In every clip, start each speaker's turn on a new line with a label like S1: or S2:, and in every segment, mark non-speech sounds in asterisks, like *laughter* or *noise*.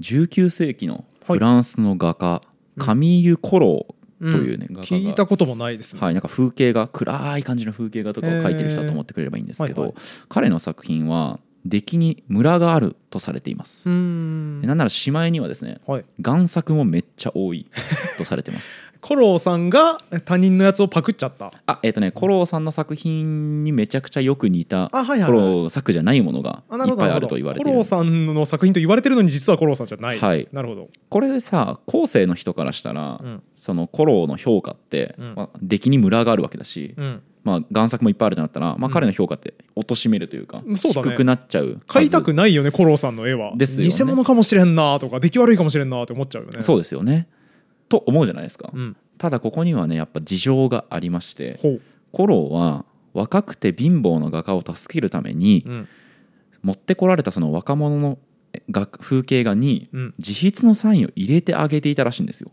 S1: 19世紀のフランスの画家、カミーユ・コローというね、画家が
S2: 聞いたこともないですね、
S1: はい、なんか風景画暗い感じの風景画とかを描いてる人だと思ってくれればいいんですけど、
S2: へーはい
S1: 彼の作品は出来にムラがあるとされています、
S2: うーん
S1: なんならしまいにはですね
S2: はい、
S1: 贋作もめっちゃ多いとされてます
S2: *laughs* コローさんが他人のやつをパクっちゃった
S1: あえっ、とねコローさんの作品にめちゃくちゃよく似た
S2: あはいはいはい
S1: コロー作じゃないものが
S2: あないる
S1: っ
S2: ほど
S1: ぱい
S2: な
S1: あ
S2: る
S1: ると
S2: ほ
S1: 言
S2: ど
S1: われ
S2: コ
S1: てい
S2: ロー
S1: る
S2: さんの作品と言われてるのに実はコローさんじゃない、
S1: はい
S2: なるほど、
S1: これでさ後世の人からしたら、
S2: うん
S1: そのコローの評価って、
S2: うん
S1: まあ、出来にムラがあるわけだし、
S2: うん、
S1: まあ、贋作もいっぱいあるとなったら、まあ、
S2: ん
S1: 彼の評価って貶めるというか、
S2: そうだね
S1: 低くなっちゃうは
S2: 買
S1: ず
S2: いたくないよねコローさんの絵は
S1: ですよね
S2: 偽物かもしれんなとか出来悪いかもしれんなって思っちゃうよね、
S1: そううですよねと思うじゃないですか、
S2: うん、
S1: ただここにはねやっぱ事情がありまして
S2: ほう、
S1: コローは若くて貧乏の画家を助けるために、
S2: うん
S1: 持ってこられたその若者のえ画風景画に
S2: うん、
S1: 自筆のサインを入れてあげていたらしいん
S2: *laughs*
S1: ですよ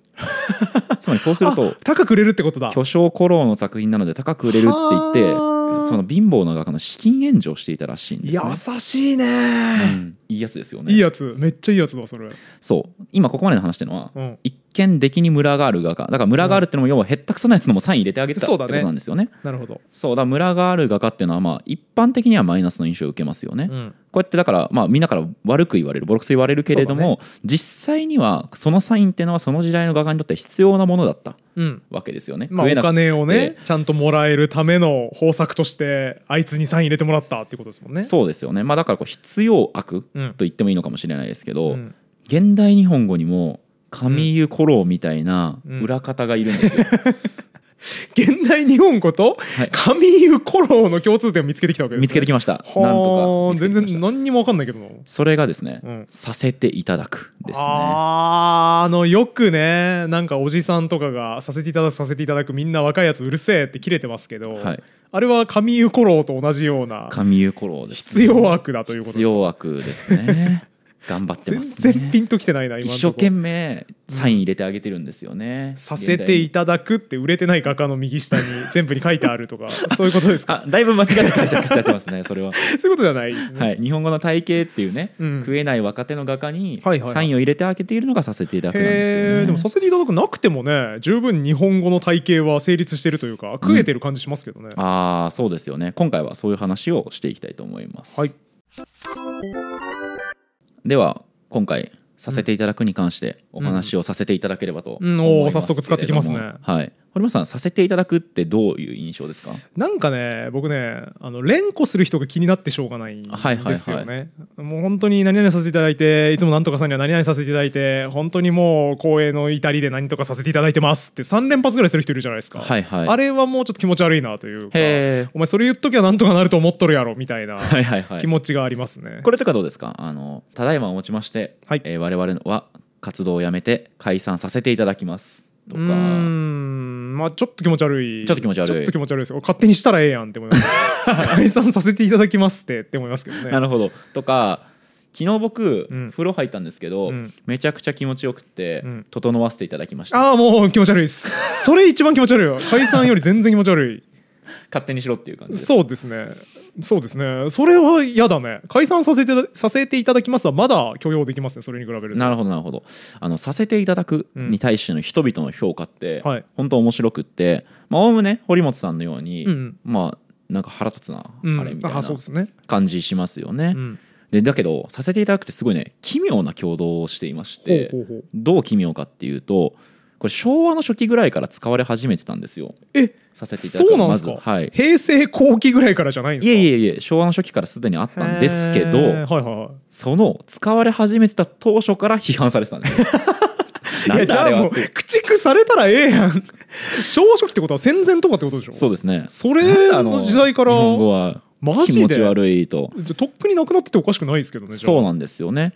S1: つまりそうすると
S2: あ高く売れるってことだ
S1: 巨匠コローの作品なので高く売れるって言って
S2: はあ
S1: その貧乏な画家の資金援助をしていたらしいんです、ね、
S2: 優しいね、
S1: うんいいやつですよね
S2: いいやつめっちゃいいやつだそれ、
S1: そう今ここまでの話ってのは、
S2: うん、
S1: 一見出来にムラがある画家だからムラがあるってのも要はへったくそなやつのもサイン入れてあげてたって
S2: そう
S1: こ
S2: だ
S1: と
S2: ね
S1: なんですよね
S2: なるほど、
S1: そうだからムラがある画家っていうのはまあ一般的にはマイナスの印象を受けますよね、
S2: う
S1: こ
S2: ん、
S1: うやってだからまあみんなから悪く言われるボロクソ言われるけれども、実際にはそのサインっていうのはその時代の画家にとっては必要なものだった
S2: うん
S1: わけですよね、
S2: まあ、
S1: 食え
S2: お
S1: なく
S2: 金をね
S1: で
S2: ちゃんともらえるための方策としてあいつにサイン入れてもらったってことですもんね
S1: そうですよねまあだからこう必要悪と
S2: うん
S1: 言ってもいいのかもしれないですけど、
S2: うん
S1: 現代日本語にも神湯コローみたいな裏方がいるん
S2: *laughs*
S1: ですよ、
S2: 現代日本語と
S1: い
S2: 神湯コローの共通点を見つけてきたわけです、ね、
S1: 見つけてきましたなんとか
S2: はあ
S1: 見つけ
S2: 全
S1: てきました
S2: 然何にも分かんないけどな
S1: それがですね、
S2: うん
S1: させていただくですね。
S2: あーあのよくねなんかおじさんとかがさせていただくさせていただくみんな若いやつうるせえって切れてますけど、
S1: はい
S2: あれは神湯コローと同じような
S1: 神湯コロです、
S2: 必要悪だということ
S1: 必
S2: ですか
S1: 要枠です
S2: *laughs*
S1: ね。頑張ってま
S2: 全
S1: すね。
S2: 然ピンときてないな今
S1: 一
S2: の
S1: 生
S2: とこ
S1: 懸命サイン入れてあげてるんですよね。
S2: させてい
S1: 現
S2: ただくって売れてない画家の右下に全部に書いてある *laughs* とかそういうことですか
S1: 代に。あ、だいぶ間違って解釈しちゃってますね。それは。
S2: そういうことじゃないですね、
S1: はい、日本語の体系っていうね、
S2: うん
S1: 食えない若手の画家に
S2: はいはいはい
S1: サインを入れてあげているのがさせていただくなんですよね。
S2: へえでもさせていただくなくてもね十分日本語の体系は成立してるというか食えてる感じしますけどね、
S1: ああ、そうですよね。今回はそういう話をしていきたいと思います。
S2: はい
S1: では今回させていただくに関してお話をさせていただければと思いますけれども、
S2: うんうんおー早速使ってきますね
S1: はい堀本さんさせていただくってどういう印象ですか
S2: なんかね僕ねあの連呼する人が気になってしょうがないん
S1: はいはいはい
S2: ですよね、もう本当に何々させていただいていつも何とかさんには何々させていただいて本当にもう光栄の至りで何とかさせていただいてますって3連発ぐらいする人いるじゃないですか、
S1: はいはい
S2: あれはもうちょっと気持ち悪いなというか
S1: へえ
S2: お前それ言っときゃ何とかなると思っとるやろみたいな
S1: はいはいはい
S2: 気持ちがありますね、
S1: これとかどうですかあのただいまをもちまして、
S2: はい
S1: えー我々は活動をやめて解散させていただきますと
S2: うー
S1: か
S2: んまあちょっと気持ち悪い
S1: ちょっと気持ち悪い
S2: ちょっと気持ち悪いです勝手にしたらええやんって思います
S1: *laughs*
S2: 解散させていただきますってって思いますけどね
S1: なるほどとか昨日僕、
S2: うん
S1: 風呂入ったんですけど、
S2: うん
S1: めちゃくちゃ気持ちよくって、
S2: うん
S1: 整わせていただきました
S2: ああもう気持ち悪いですそれ一番気持ち悪いわ解散より全然気持ち悪
S1: 勝手にしろっていう感じ
S2: い
S1: です
S2: そうですねそうですねそれは嫌だね解散させてさせていただきますはまだ許容できますねそれに比べると
S1: なるほどなるほどあのさせていただくに対しての人々の評価って、
S2: うんはい
S1: 本当面白くってまあおおむね堀本さんのように、
S2: うんうん
S1: まあなんか腹立つな、
S2: うん、
S1: あれみたい
S2: あ
S1: な
S2: そうですね、
S1: 感じしますよね、
S2: うん、
S1: でだけどさせていただくってすごいね奇妙な共同をしていまして
S2: ほうほうほう
S1: どう奇妙かっていうとこれ昭和の初期ぐらいから使われ始めてたんですよ
S2: え
S1: させていただく
S2: そうなんです
S1: ま
S2: か、
S1: ずはい
S2: 平成後期ぐらいからじゃないんで
S1: い
S2: すか
S1: えい
S2: え
S1: えいえ昭和の初期からすでにあったんですけど、
S2: はいはいはい
S1: その使われ始めてた当初から批判されてたんですよ。
S2: *laughs* い
S1: な
S2: や
S1: ん
S2: じ
S1: だあ
S2: ゃあ
S1: れ
S2: も
S1: は
S2: う駆逐されたらええやん *laughs* 昭和初期ってことは戦前とかってことでしょ
S1: そうですね。
S2: それの時代から
S1: 日本語は
S2: マ
S1: 気
S2: ジで
S1: 持ち悪いと。
S2: じゃあとっくになくなってておかしくないですけどねじゃあ
S1: そうなんですよね。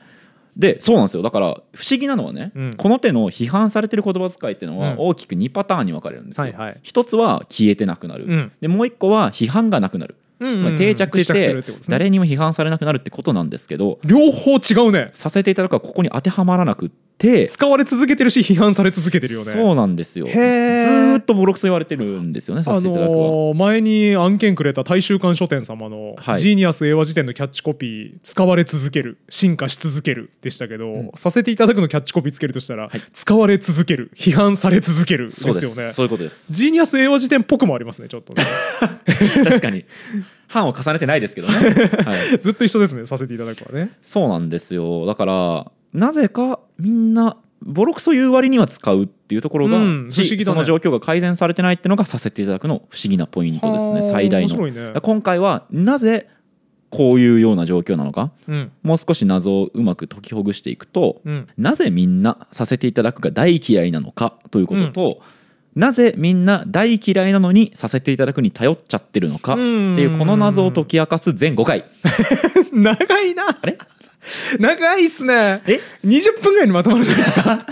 S1: でそうなんですよだから不思議なのはね、
S2: うん
S1: この手の批判されてる言葉遣いっていうの
S2: う
S1: は
S2: ん
S1: 大きく2パターンに分かれるんですよ。
S2: はいはい
S1: 一つは消えてなくなる、
S2: うん
S1: でもう一個は批判がなくなる
S2: うんうん
S1: つまり定着し
S2: 定着するっててことですね
S1: 誰にも批判されなくなるってことなんですけど
S2: 両方違うね
S1: させていただくはここに当てはまらなくって
S2: 使われ続けてるし批判され続けてるよね
S1: そうなんですよず
S2: へー
S1: ーっとボロクソ言われてるんですよねさ
S2: あ
S1: せていただくは。
S2: のー前に案件くれた大衆館書店様の
S1: はい
S2: ジーニアス英和辞典」のキャッチコピー「使われ続ける進化し続ける」でしたけど、させていただくのキャッチコピーつけるとしたら、使われ続ける批判され続けるです
S1: そう
S2: よ
S1: です
S2: ね
S1: そういうことです
S2: *laughs* ジーニアス英和辞典っぽくもありますねちょっと
S1: *laughs*
S2: ね
S1: 確かに版を重ねてないです
S2: *laughs*
S1: けどね、はい、
S2: ずっと一緒ですねさせていただくはね
S1: そうなんですよだからなぜかみんなボロクソ言う割には使うっていうところが、
S2: うん不思議だね
S1: その状況が改善されてないっていうのがさせていただくの不思議なポイントですね
S2: はあ
S1: 最大
S2: 面白
S1: の、
S2: いね
S1: だから今回はなぜこういうような状況なのか
S2: うん
S1: もう少し謎をうまく解きほぐしていくと、 *laughs*
S2: うん
S1: なぜみんなさせていただくが大嫌いなのかということと、なぜみんな大嫌いなのにさせていただくに頼っちゃってるのかっていうこの謎を解き明かす全5回
S2: 長いな
S1: れ
S2: 長いっすね
S1: え
S2: 20分ぐらいにまとまるんですか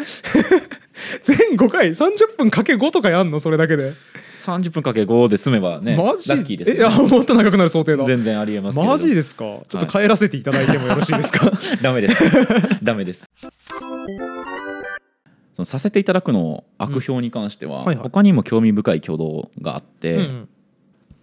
S2: *laughs* 全5回30分かけ5とかやんのそれだけで
S1: 30分かけ5で済めばねラ
S2: マジ
S1: ッキーです
S2: えいや
S1: よね、
S2: もっと長くなる想定
S1: *laughs*
S2: だ
S1: 全然ありえますけれど
S2: マジですかちょっと帰らせていただいてもよろしいですか、
S1: ダメです *laughs* ダメですそのさせていただくの悪評に関しては、
S2: うんはいはい
S1: 他にも興味深い挙動があって、
S2: うん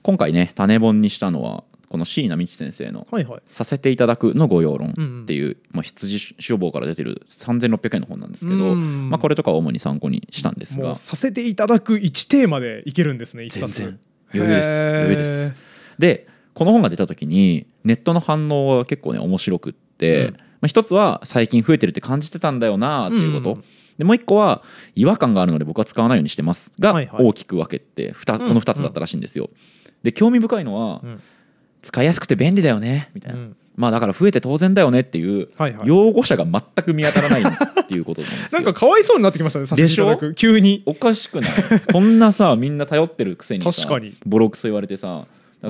S1: 今回ね種本にしたのはこの椎名道先生の
S2: はいはい
S1: させていただくの御用論
S2: うんうん
S1: っていう、まあ、羊書房から出てる3600円の本なんですけど、
S2: うん
S1: まあ、これとかを主に参考にしたんです
S2: も
S1: が
S2: うさせていただく1テーマでいけるんですね一
S1: 全
S2: 冊
S1: 然余裕です
S2: へー
S1: 余裕ですでこの本が出た時にネットの反応が結構ね面白くって、
S2: うん
S1: まあ、一つは最近増えてるって感じてたんだよなっていうこと、
S2: うん
S1: でもう一個は違和感があるので僕は使わないようにしてますが、
S2: はいはい
S1: 大きく分けてふた
S2: うん
S1: この2つだったらしいんですよ、で興味深いのは、
S2: うん
S1: 使いやすくて便利だよねみたいな、
S2: うん
S1: まあだから増えて当然だよねっていう
S2: はいはい
S1: 擁護者が全く見当たらないっていうことなんです
S2: な
S1: よ
S2: んかかわいそうになってきましたねさせていただ
S1: でし
S2: く急に
S1: おかしくないこんなさみんな頼ってるくせにさ
S2: 確かに
S1: ボロクソ言われてさ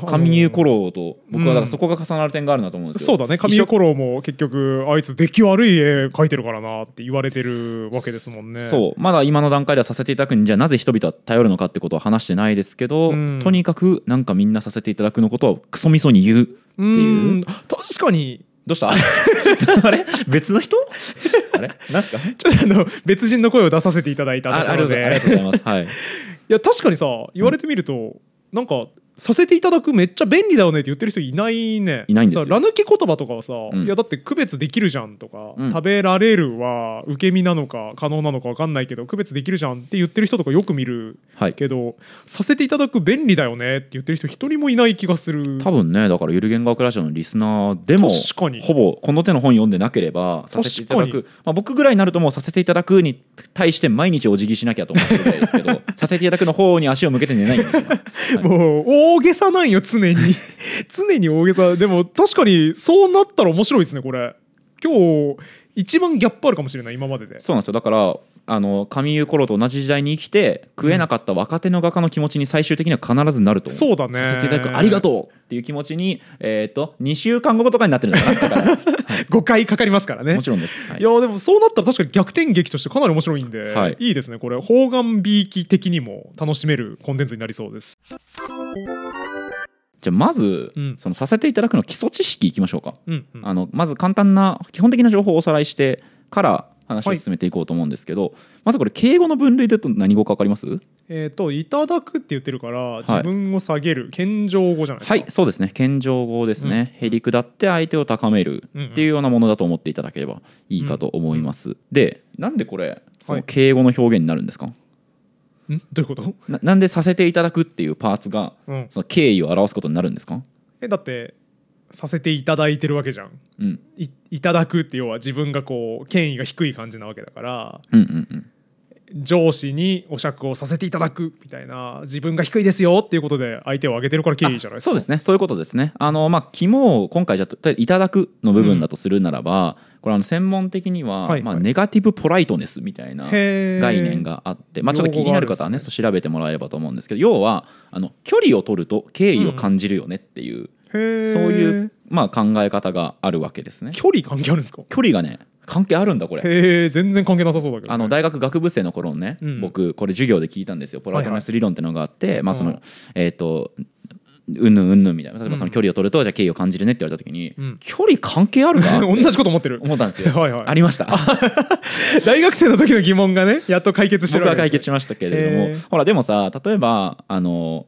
S1: 神優コロと僕はだか
S2: う
S1: ら
S2: ん
S1: そこが重なる点があるなと思うんです
S2: そ
S1: よ、
S2: うだね神谷コロも結局あいつ出来悪い絵描いてるからなって言われてるわけですもんね
S1: そうまだ今の段階ではさせていただくにじゃあなぜ人々は頼るのかってことは話してないですけど、
S2: うん
S1: とにかくなんかみんなさせていただくのことをクソみそに言うって
S2: う
S1: いう
S2: ーん確かに
S1: どうした
S2: *laughs*
S1: あれ別の人あれなんすか
S2: ちょっとあの別人の声を出させていただいた
S1: あ
S2: とこ
S1: あり
S2: ろ
S1: がとう
S2: で
S1: ありがとうございますはい
S2: いや確かにさ言われてみると、なんかさせていただくめっちゃ便利だよねって言ってる人いないね
S1: いないんですよ
S2: さラ抜き言葉とかはさ、
S1: ん
S2: いやだって区別できるじゃんとか、
S1: うん
S2: 食べられるは受け身なのか可能なのか分かんないけど区別できるじゃんって言ってる人とかよく見る
S1: はい
S2: けど、させていただく便利だよねって言ってる人一人もいない気がする
S1: 多分ねだからゆる言語学ラジオのリスナーでも
S2: 確かに
S1: ほぼこの手の本読んでなければさせていただ
S2: 確
S1: く、まあ、僕ぐらいになるともうさせていただくに対して毎日お辞儀しなきゃと思ってるみたいですけど
S2: *laughs*
S1: させていただくの方に足を向けて寝ないようにしてます
S2: もう大げさなんよ
S1: *laughs*
S2: 常に常に大げさでも確かにそうなったら面白いですねこれ今日一番ギャップあるかもしれない今までで
S1: そうなんですよだからあの上湯頃と同じ時代に生きて食えなかった若手の画家の気持ちに最終的には必ずなると思
S2: そうだね
S1: させていただくありがとうっていう気持ちにえっ、と2週間後とかになってるのかなだから
S2: 5回かかりますから *laughs* ね
S1: もちろんです、はい
S2: い、やでもそうなったら確かに逆転劇としてかなり面白いんで、
S1: はい
S2: い、いですねこれ方眼美意気的にも楽しめるコンテンツになりそうです
S1: じゃあまず、
S2: うん
S1: そのさせていただくの基礎知識いきましょうか
S2: うんうん
S1: あのまず簡単な基本的な情報をおさらいしてから話を進めていこうと思うんですけど、まずこれ敬語の分類で言うと何語か分かります
S2: えっ、と「いただく」って言ってるから
S1: い
S2: 自分を下げる、謙譲語じゃないですか
S1: はいそうですね謙譲語ですね、へりくだって相手を高める
S2: うんうん
S1: っていうようなものだと思っていただければいいかと思います、でなんでこれそ
S2: は
S1: の
S2: い
S1: 敬語の表現になるんですか、
S2: んどういうこと、
S1: ななんでさせていただくっていうパーツが
S2: うん、
S1: その敬意を表すことになるんですか、
S2: えだってさせていただいてるわけじゃん
S1: うん、
S2: いいただくって要は自分がこう権威が低い感じなわけだから
S1: うんうんうん
S2: 上司にお釈をさせていただくみたいな自分が低いですよっていうことで相手を上げてるから敬意じゃないですか
S1: そうですねそういうことですねあのまあ肝を今回じゃあとりあえずいただくの部分だとするならば、これあの専門的には、
S2: はい
S1: まあ、
S2: はい
S1: ネガティブポライトネスみたいな
S2: へー
S1: 概念があって、まあ、ちょっと気になる方はね
S2: 用語があるんです
S1: そう調べてもらえればと思うんですけど要はあの距離を取ると敬意を感じるよねっていう、
S2: へー
S1: そういう、まあ、考え方があるわけですね
S2: 距離関係あるんですか
S1: 距離がね関係あるんだこれ
S2: へえ全然関係なさそうだけど
S1: あの大学学部生の頃のね、
S2: うん
S1: 僕これ授業で聞いたんですよポラートナス理論ってのがあって、まあその、
S2: うん
S1: えっ、とうんぬんうんぬんみたいな例えばその距離を取るとじゃあ敬意を感じるねって言われた時に、
S2: うん
S1: 距離関係あるか
S2: *laughs* 同じこと思ってる
S1: 思ったんですよ
S2: はいはい
S1: ありました
S2: 大学生の時の疑問がねやっと解決してる
S1: 僕
S2: わ
S1: は
S2: け
S1: 解決しましたけれども、
S2: へー
S1: ほらでもさ例えばあの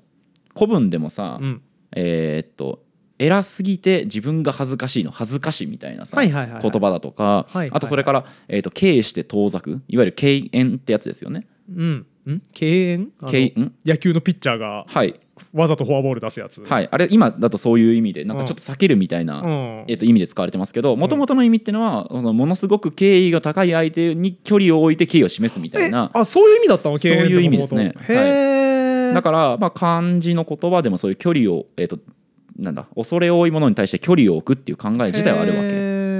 S1: 古文でもさ、
S2: うん
S1: えーっと偉すぎて自分が恥ずかしいの恥ずかしいみたいなさ、
S2: はいはいはいはい
S1: 言葉だとか、
S2: はいはい
S1: あとそれから、えーっと敬意して遠ざくいわゆる敬遠ってやつですよね
S2: うんん敬遠あの
S1: 敬遠
S2: 野球のピッチャーが
S1: はい
S2: わざとフォアボール出すやつ
S1: はいあれ今だとそういう意味でなんかちょっと避けるみたいな、
S2: うん
S1: えーっと意味で使われてますけどもともとの意味ってのはそのものすごく敬意が高い相手に距離を置いて敬意を示すみたいな
S2: えあそういう意味だったの敬遠って
S1: そういう意味ですね
S2: 元々へえ
S1: だから、まあ、漢字の言葉でもそういう距離を、えー、となんだ恐れ多いものに対して距離を置くっていう考え自体はあるわけで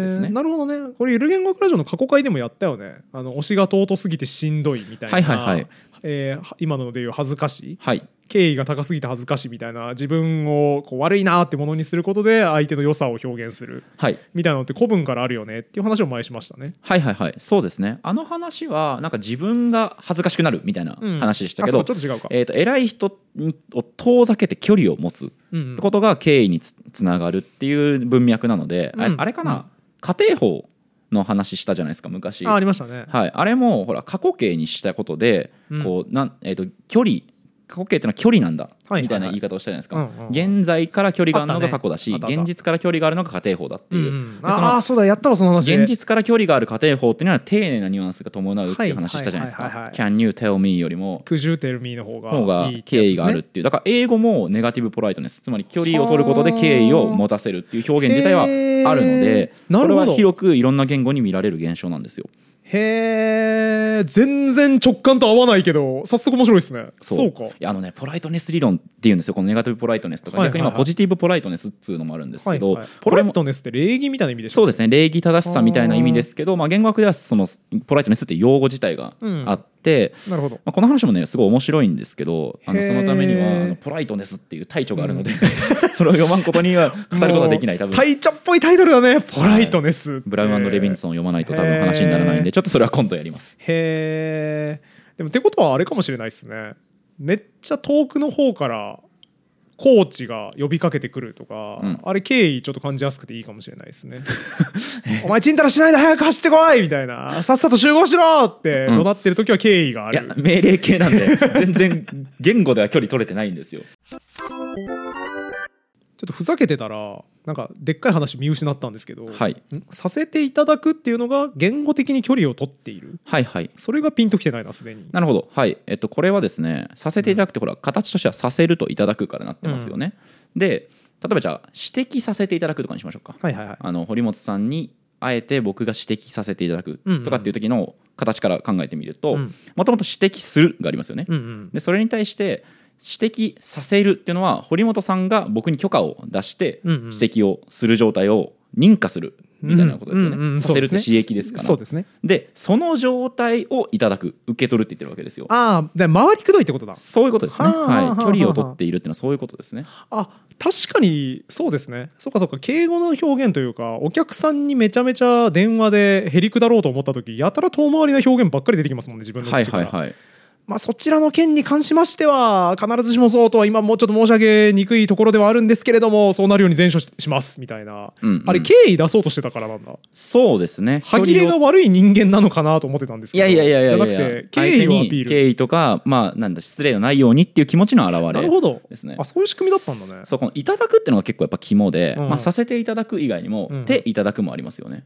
S1: すね
S2: へーなるほどねこれゆる言語学ラジオの過去回でもやったよねあの推しが尊すぎてしんどいみたいな、
S1: はいはいはい
S2: えーは今のでいう恥ずかしい
S1: はい
S2: 敬意が高すぎて恥ずかしいみたいな自分をこう悪いなーってものにすることで相手の良さを表現する
S1: はい
S2: みたいなのって古文からあるよねっていう話を前にしましたね。
S1: はいはいはいそうですねあの話はなんか自分が恥ずかしくなるみたいな
S2: うん
S1: 話でしたけど、
S2: あそうかちょっと違うか。
S1: えー、と偉い人を遠ざけて距離を持つ
S2: うんうん
S1: ことが敬意につつながるっていう文脈なので、あれ
S2: うん
S1: あれかな、
S2: うん
S1: 家庭法の話したじゃないですか昔
S2: あありましたね。
S1: はい、あれもほら過去形にしたことで、
S2: うん
S1: こうなんえー、と距離過去形ってのは距離なんだ、
S2: はいはいはい
S1: みたいな言い方をしたじゃないですか、
S2: うんうん
S1: 現在から距離があるのが過去だし、
S2: あったねあったあった
S1: 現実から距離があるのが家庭法だっていう、
S2: うんうん
S1: でそ
S2: あ
S1: の
S2: あそうだやったわその話。
S1: 現実から距離がある家庭法っていうのは丁寧なニュアンスが伴うっていう話したじゃないです
S2: はいはいはい
S1: か
S2: は
S1: 「
S2: い
S1: Can you tell me」よりも
S2: クジューテルミーの方が
S1: 方が
S2: いいってや
S1: 敬
S2: つですね
S1: 意があるっていうだから英語もネガティブポライトネスつまり距離を取ることで敬意を持たせるっていう表現自体はあるの
S2: へ
S1: で
S2: ーな
S1: こ
S2: るほど
S1: れは広くいろんな言語に見られる現象なんですよ。
S2: へえ全然直感と合わないけど早速面白いですねそうか
S1: いやあのねポライトネス理論っていうんですよこのネガティブポライトネスとか、
S2: はいはい
S1: 逆にまあ
S2: はい
S1: ポジティブポライトネスっつうのもあるんです
S2: は
S1: け
S2: い
S1: ど、
S2: はい、
S1: こ
S2: ポ
S1: れ
S2: ライ
S1: も
S2: トネスって礼儀みたいな意味でしょ
S1: そうですね礼儀正しさみたいな意味ですけど、まあ、言語学ではそのポライトネスって用語自体があって、
S2: なるほど
S1: まあ、この話もねすごい面白いんですけどあの
S2: へー
S1: そのためにはあのポライトネスっていう大著があるので、 *laughs* それを読まんことには語ることはできない多 *laughs* 分。
S2: 大茶っぽいタイトルだねポライトネス、
S1: ブラウンレビンソンを読まないと多分話にならないん
S2: へ
S1: でちょっとそれは今度やります。
S2: へえでもってことはあれかもしれないですねめっちゃ遠くの方からコーチが呼びかけてくるとか、
S1: うん
S2: あれ敬意ちょっと感じやすくていいかもしれないで
S1: *laughs*
S2: すねお前ちんたらしないで早く走ってこいみたいなさっさと集合しろって
S1: うん
S2: 怒鳴ってる時は敬意があ
S1: いや
S2: る、
S1: 命令系なんで全然言語では距離取れてないんですよ。
S2: ちょっとふざけてたらなんかでっかい話見失ったんですけど、
S1: はい
S2: んさせていただくっていうのが言語的に距離を取っている
S1: はいはい。
S2: それがピンときてないなすでに
S1: なるほど、はいえっと、これはですねさせていただくって、ほら形としてはさせるといただくからなってますよね。で例えばじゃあ指摘させていただくとかにしましょうか。
S2: はいはいはい
S1: あの堀本さんにあえて僕が指摘させていただく
S2: うんうん
S1: とかっていう時の形から考えてみると
S2: うん
S1: もともと指摘するがありますよね。
S2: うんうん
S1: でそれに対して指摘させるっていうのは堀本さんが僕に許可を出して
S2: うんうん
S1: 指摘をする状態を認可するみたいなことですよね。
S2: うんうんうん
S1: させるって
S2: そう
S1: 刺激ですから。
S2: そうですね
S1: でその状態をいただく受け取るって言ってるわけですよ。
S2: ああで回りくどいってことだ
S1: そういうことですね。
S2: はあはあ
S1: はい、
S2: はあ
S1: 距離を取っているっていうのはそういうことですね。
S2: あ確かにそうですねそうかそうか敬語の表現というかお客さんにめちゃめちゃ電話でへりくだろうと思った時やたら遠回りな表現ばっかり出てきますもんね自分の口か
S1: は
S2: ら
S1: いはいはい。
S2: まあ、そちらの件に関しましては必ずしもそうとは今もうちょっと申し上げにくいところではあるんですけれどもそうなるように善処ししますみたいな、
S1: うんうん
S2: あれ敬意出そうとしてたからなんだ
S1: そうですね。
S2: 歯切れ
S1: 距離
S2: が
S1: を
S2: 悪い人間なのかなと思ってたんです
S1: い
S2: けど
S1: やいやいやいやいや
S2: じゃなくて敬意をアピー
S1: 相手に
S2: ル
S1: 敬意とかまあなんだ失礼のないようにっていう気持ちの表れ。
S2: なるほど
S1: ですね
S2: あそういう仕組みだったんだね
S1: そうこのいただくっていうのが結構やっぱ肝で、
S2: うん
S1: まあさせていただく以外にも、
S2: うん
S1: 手いただくもありますよね。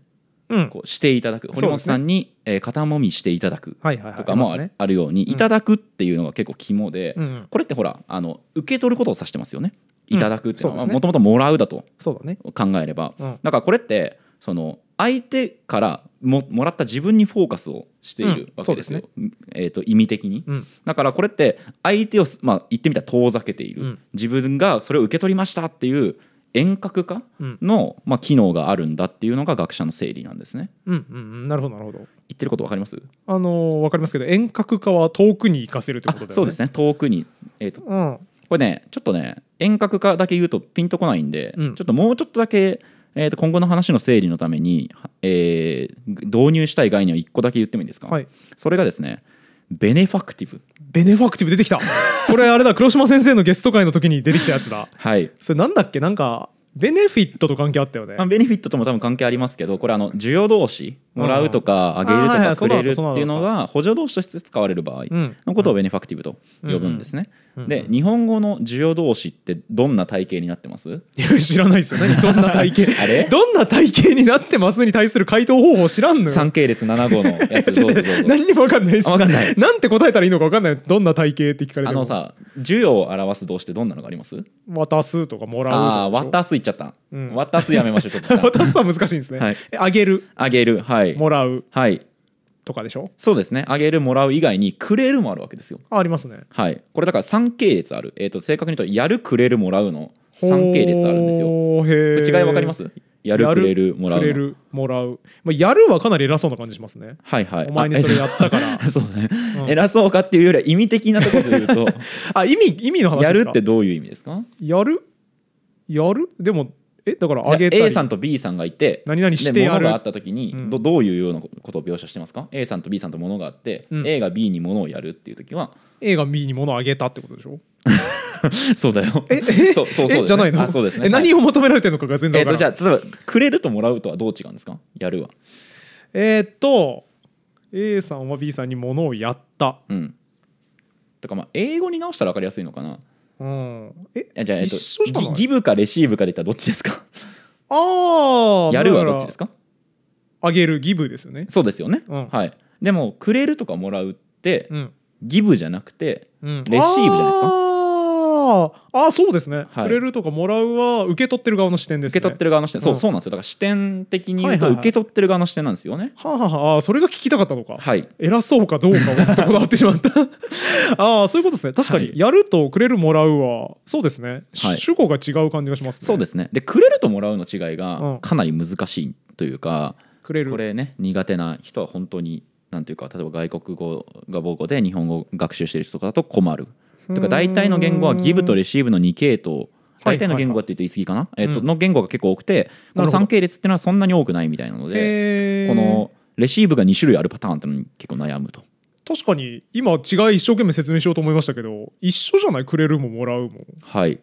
S2: うん
S1: こうしていただく堀本さんに、えー肩もみしていただく
S2: はいはいはい
S1: とかも
S2: あ
S1: あ
S2: ります
S1: る
S2: ね
S1: あるように、
S2: ん
S1: いただくっていうのが結構肝で、
S2: うんうん
S1: これってほらあの受け取ることを指してますよね。
S2: うん
S1: いただくっていうの
S2: そ
S1: は
S2: うですね
S1: もともともらうだと
S2: そうだね
S1: 考えれば、
S2: うん
S1: だからこれってその相手からももらった自分にフォーカスをしている
S2: うん
S1: わけ
S2: そうで
S1: ですす
S2: ね
S1: よ、えー、と意味的に、
S2: うん
S1: だからこれって相手をす、まあ、言ってみたら遠ざけている、
S2: うん
S1: 自分がそれを受け取りましたっていう遠隔化
S2: うん
S1: の、まあ、機能があるんだっていうのが学者の整理なんですね
S2: うんうんうんなるほどなるほど
S1: 言ってることわかります
S2: あのーわかりますけど遠隔化は遠くに行かせるって
S1: あ
S2: ことだよね
S1: そうですね遠くに、えー、と
S2: うん
S1: これねちょっとね遠隔化だけ言うとピンとこないんで、
S2: うん
S1: ちょっともうちょっとだけ、えー、と今後の話の整理のために、はえー導入したい概念を1個だけ言ってもいいですか、
S2: はい
S1: それがですねベネファクティブ
S2: ベネファクティブ出てきた *laughs* これあれだ黒島先生のゲスト会の時に出てきたやつだ
S1: はい
S2: それなんだっけなんかベネフィットと関係あったよね
S1: まあ、ベネフィットとも多分関係ありますけどこれあの需要同士もらうとかあげると
S2: あーはいは
S1: か
S2: いそ
S1: く
S2: うだ
S1: れるって
S2: そうだ
S1: いうのが補助同士として使われる場合
S2: ん
S1: のことをベネファクティブと呼ぶんですね。で日本語の需要同士ってどんな体系になってます
S2: いや知らないですよ *laughs* 何どんな体型
S1: あれ
S2: どんな体型になってますに対する回答方法知らんのよ
S1: 三系列7号のやつ
S2: 違
S1: どう
S2: う
S1: ぞど
S2: 違う
S1: うぞ
S2: *laughs* 何にも分かんないです
S1: あ分かんない
S2: なんて答えたらいいのか分かんないどんな体型って聞かれても
S1: あのさ需要を表す動詞ってどんなのがあります
S2: 渡すとかもらうとか
S1: ああー
S2: でし
S1: 渡すいっちゃった、
S2: ん
S1: 渡すやめましょうちょっと一
S2: ょ
S1: 旦
S2: *laughs* 渡すは難しいんですね、
S1: はい
S2: えあげる
S1: あげるはい
S2: もらう
S1: はい
S2: とかでしょ
S1: そうですねあげるもらう以外にくれるもあるわけですよ
S2: あありますね
S1: はい、これだから3系列ある、えー、と正確に言うとやるくれるもらうの3系列あるんですよこ
S2: よ
S1: れ違いわかりますやるくれるもらう
S2: くれ
S1: の
S2: るもらう、まあ、やるはかなり偉そうな感じしますね
S1: はいはい
S2: お前にそれやったから
S1: あえ *laughs* そうね、偉そうかっていうよりは意味的なところで言
S2: *laughs*
S1: うと
S2: あ意味意味の話です
S1: やる
S2: か
S1: ってどういう意味ですか
S2: やるやるでもえだからあ
S1: じゃ
S2: げ
S1: あ
S2: たり
S1: A さんと B さんがいて
S2: 何々して
S1: で
S2: やる
S1: 物があった時にどどういうようなことを描写してますか A さんと B さんと物があって、
S2: うん
S1: A が B に物をやるっていう時は *laughs*
S2: A が B に物をあげたってことでしょ
S1: そうだよ
S2: え
S1: そうそうそうですね
S2: えじゃないの
S1: あそうですね
S2: え
S1: はい
S2: 何を求められてるのかが全
S1: え
S2: 然
S1: っと
S2: わか
S1: じ
S2: ら
S1: ゃ
S2: ない
S1: あ例えばくれるともらうとはどう違うんですかやるは
S2: えーっと A さんは B さんに物をやった、
S1: うんとかまあ英語に直したら分かりやすいのかな
S2: うん、え
S1: あじゃあ、えっと、
S2: 一緒じゃな
S1: ギ
S2: い
S1: ギブかレシーブかで言ったらどっちですか
S2: あ
S1: *laughs*
S2: あ
S1: やるはどっちですか
S2: あげるギブですよね
S1: そうですよね、
S2: うん
S1: はいでもくれるとかもらうって、
S2: うん
S1: ギブじゃなくて
S2: うん
S1: レシーブじゃないですか
S2: あーあーそうですね、
S1: はい
S2: くれるとかもらうは受け取ってる側の視点です
S1: 受
S2: ね
S1: け取ってる側の視点、そう
S2: うん
S1: そうなんですよだから視点的に言う
S2: は
S1: と
S2: いはいはい
S1: 受け取ってる側の視点なんですよね
S2: はあはあはああーそれが聞きたかったのか、
S1: はい、
S2: 偉そうかどうかをずっとこだわってしまった
S1: *laughs*
S2: ああそういうことですね確か
S1: は
S2: に
S1: い
S2: やるとくれるもらうはそうですね、
S1: はい
S2: 主語が違う感じがしますね
S1: そうですねでくれるともらうの違い
S2: うん
S1: がかなり難しいというか、
S2: くれる
S1: これね苦手な人は本当になんていうか例えば外国語が母語で日本語を学習している人とかだと困るとか大体の言語はギブとレシーブの2系統
S2: はい
S1: 大体の言語はって言って言い過ぎかな、えっと
S2: うん
S1: の言語が結構多くてこ
S2: な
S1: の
S2: るほど
S1: 3系列っていうのはそんなに多くないみたいなので
S2: へ
S1: こ
S2: ー
S1: のレシーブが2種類あるパターンってのに結構悩むと
S2: 確かに今違い一生懸命説明しようと思いましたけど一緒じゃないくれるももらうも
S1: はい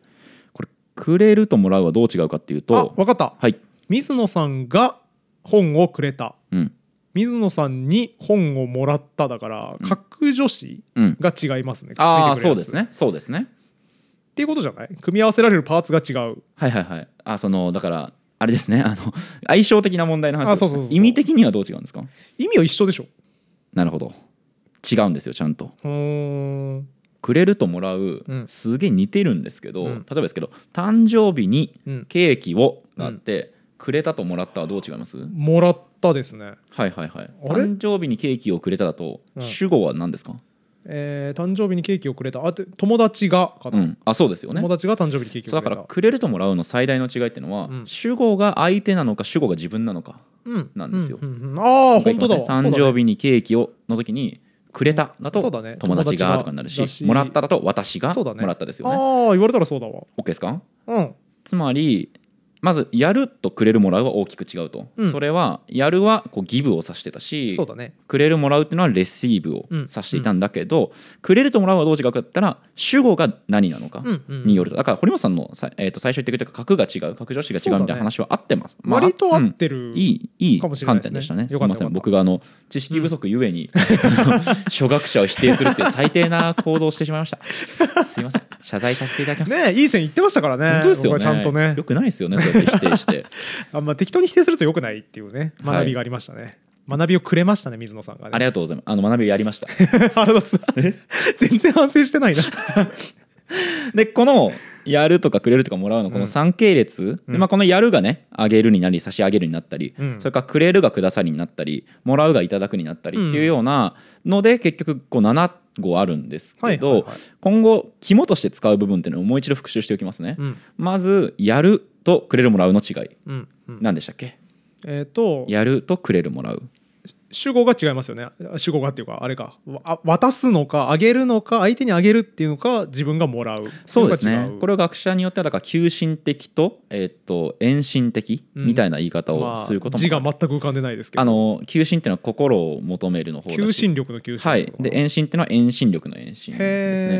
S1: これくれるともらうはどう違うかっていう
S2: あ
S1: と
S2: わかった
S1: はい、
S2: 水野さんが本をくれた
S1: うん
S2: 水野さんに本をもらっただから格助詞
S1: うん、
S2: が違いますね、くっついてくる
S1: ああ
S2: やつ
S1: そうですねそうですね
S2: っていうことじゃない組み合わせられるパーツが違う
S1: はいはいはいあそのだからあれですねあの相性的な問題の話
S2: あそうそうそうそう
S1: 意味的にはどう違うんですか
S2: 意味は一緒でしょ
S1: なるほど違うんですよちゃんと
S2: うーん
S1: くれるともらう、
S2: うん
S1: すげえ似てるんですけど、
S2: うん
S1: 例えばですけど誕生日に
S2: うん
S1: ケーキをがあって、くれたともらったはどう違います
S2: もらったですね
S1: はいはいはい
S2: あれ
S1: 誕生日にケーキをくれただと、
S2: うん
S1: 主語は何ですか
S2: えー誕生日にケーキをくれたあて友達がか
S1: う
S2: な、
S1: んあそうですよね
S2: 友達が誕生日にケーキ
S1: そ
S2: を
S1: うだか
S2: くれ
S1: ら
S2: た
S1: くれるともらうの最大の違いっていうのは、
S2: うん
S1: 主語が相手なのか主語が自分なのか
S2: うん
S1: なんですよ
S2: うんうんうんああ本当だわ
S1: 誕
S2: そうだ
S1: 生
S2: ね
S1: 日にケーキをの時にくれただ
S2: そ
S1: と
S2: うだね
S1: 友達
S2: 友達
S1: が
S2: が
S1: とかになる
S2: だ
S1: し
S2: し
S1: もらっただと私が
S2: そうだね
S1: もらったですよね
S2: ああ言われたらそうだわ
S1: OK ですか
S2: うん
S1: つまりまずやるとくれるもらうは大きく違うと、
S2: うん
S1: それはやるはこうギブを指してたし
S2: そうだね
S1: くれるもらうっていうのはレシーブを指していたんだけど、くれるともらうはどう違うかって言ったら主語が何なのか
S2: うんうん
S1: によるとだから堀本さんのさ、えー、と最初言ってくれた格が違う格助詞が違うみたいな話は合ってます、まあ
S2: 割と合っ
S1: うん
S2: てる、
S1: いいいい
S2: かもしれない
S1: 観
S2: です
S1: 点
S2: ね
S1: でしたね。すみ
S2: よかった
S1: ませ
S2: よか
S1: ん、
S2: った
S1: 僕があの知識不足ゆえに *laughs* 初学者を否定するっていう最低な行動をしてしまいました。すみません、謝罪させていただきます。
S2: ねえいい線いってましたからね
S1: 本当ですよね。
S2: 僕はちゃんとね
S1: よくないですよね、そうやって否定
S2: *laughs*
S1: して。
S2: あんま適当に否定するとよくないっていうね
S1: はい
S2: 学びがありましたね、学びをくれましたね水野さんがね
S1: ありがとうございます。あの学びをやりました。
S2: *laughs* 腹立つ全然反省し
S1: *laughs*
S2: てないな
S1: で、このやるとかくれるとかもらうのこの3系列、でまあ、このやるがねあげるになり差し上げるになったり、
S2: うん
S1: それからくれるがくださりになったりもらうがいただくになったりっていうようなので、結局こう7語あるんですけど、
S2: はいはいはい
S1: 今後肝として使う部分っていうのをもう一度復習しておきますね。
S2: うん
S1: まずやるとくれるもらうの違い
S2: うんうん
S1: 何でしたっけ
S2: えっ、と
S1: やるとくれるもらう
S2: 主語が違いますよね主語がっていうかあれかわあ渡すのかあげるのか相手にあげるっていうのか自分がもらう
S1: そうですねこ
S2: れ
S1: れは学者によってはだから求心的と,、えー、と遠心的みたいな言い方をすることも、
S2: 字が全く浮かんでないですけど
S1: あの求心っていうのは心を求めるの方だし
S2: 求心力の求心
S1: はい
S2: 力、
S1: で遠心っていうのは遠心力の遠心ですね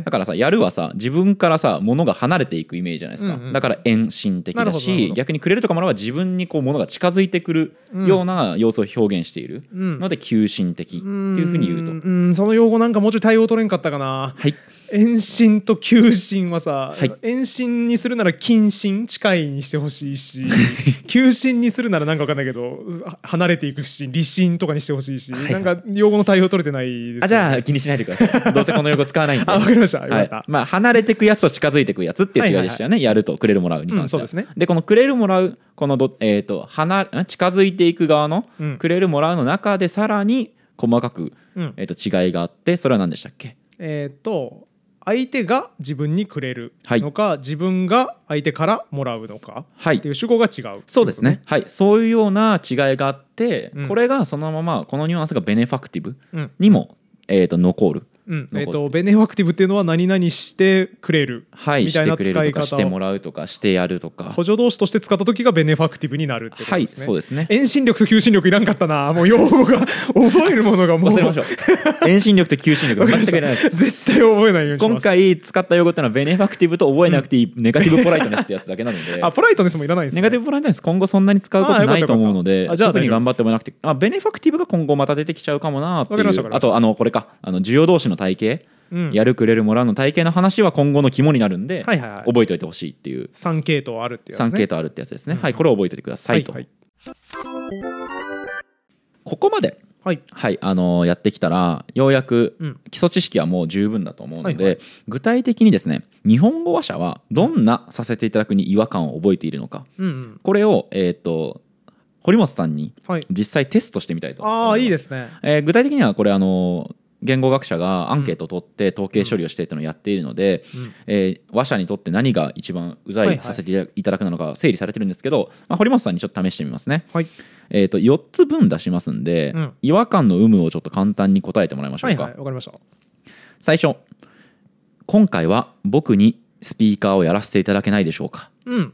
S2: へ
S1: だからさやるはさ自分からさ物が離れていくイメージじゃないですか、
S2: うんうん
S1: だから遠心的
S2: なる
S1: だ
S2: ほどなるほ
S1: し
S2: ど
S1: 逆にくれるとかもらうは自分にこう物が近づいてくるような様子を表現している
S2: うん
S1: ので求心的っていうふうに言うと、
S2: んうんその用語なんかもうちょい対応取れんかったかな
S1: はい
S2: 遠心と求心はさ、
S1: はい
S2: 遠心にするなら近心近いにしてほしい
S1: *laughs*
S2: し求心にするならなんかわかんないけどは離れていくし離心とかにしてほしいし、
S1: はい
S2: なんか用語の対応取れてないですよね、
S1: あじゃあ気にしないでくださいどうせこの用語使わないんで
S2: *laughs* あわかりましたよ
S1: は
S2: か
S1: い
S2: った、
S1: まあ、離れてくやつと近づいてくやつっていう違いでしたよね、やるとくれるもらうに関しては、
S2: うんそうですね
S1: このくれるもらうこのど、えー、と離れん近づいていく側の
S2: うん
S1: くれるもらうの中でさらに細かく、
S2: うん
S1: えー、と違いがあってそれは何でしたっけ
S2: えーっと相手が自分にくれる
S1: はい
S2: のか、自分が相手からもらうのか
S1: はい
S2: っていう主語が違う
S1: そうですね、はい、そういうような違いがあって、
S2: うん
S1: これがそのままこのニュアンスがベネファクティブ
S2: うん
S1: にも、えー、と残る、
S2: うん
S1: 残
S2: え
S1: る
S2: ーっとベネファクティブっていうのは何々してくれる
S1: はい、
S2: み
S1: した
S2: い
S1: て
S2: な
S1: くれると
S2: 使い方
S1: か
S2: を
S1: してもらうとかしてやるとか
S2: 補助動詞として使った時がベネファクティブになるってこと
S1: はい
S2: ですね。
S1: そうですね
S2: 遠心力と求心力いらんかったなもう用語が *laughs* 覚えるものがもう
S1: 忘れましょ
S2: *laughs*
S1: う遠心力と求心力
S2: わ
S1: が
S2: かり
S1: 全
S2: ま
S1: く
S2: し
S1: い
S2: た
S1: らないです
S2: 絶対覚えないようにし
S1: 今
S2: ます
S1: 回使った用語ってのはベネファクティブと覚えなくていいネガティブポライトネスってやつだけなので *laughs*
S2: あポライトネスもいらないですね
S1: ネガティブポライトネス今後そんなに使うこ
S2: あ
S1: と
S2: よ
S1: な
S2: かった
S1: いと思うので
S2: よかったあじゃあ
S1: 特に
S2: 大丈夫
S1: 頑
S2: です
S1: 張ってもなくてあベネファクティブが今後また出てきちゃうかもなってい
S2: わかりましたわ
S1: う
S2: かり
S1: あ
S2: ました
S1: とあのこれかあの需要同士の体系
S2: うん
S1: やるくれるもらうの体系の話は今後の肝になるんで
S2: はいはいはい
S1: 覚えておいてほしいっていう
S2: 3系統あるっていうやつ、ね、
S1: 3系統あるってやつですねはいこれを覚えておいてくださいと
S2: はいはい
S1: ここまで
S2: はい
S1: はいあのーやってきたらようやく
S2: うん
S1: 基礎知識はもう十分だと思うので、
S2: はいは
S1: 具体的にですね日本語話者はどんなさせていただくに違和感を覚えているのか
S2: うんうん
S1: これを、えー、と堀本さんに
S2: はい
S1: 実際テストしてみたいと思います
S2: ああいいですね
S1: えー具体的にはこれあの言語学者がアンケートを取って統計処理をしてっていうのをやっているので、
S2: うん
S1: えー話者にとって何が一番うざ
S2: はいはい
S1: いさせていただくのか整理されてるんですけど、まあ、堀本さんにちょっと試してみますね、
S2: はい
S1: えー、と4つ分出しますんで、
S2: うん
S1: 違和感の有無をちょっと簡単に答えてもらいましょ
S2: は
S1: う
S2: い
S1: か、
S2: はいわかりました
S1: 最初今回は僕にスピーカーをやらせていただけないでしょうか
S2: うん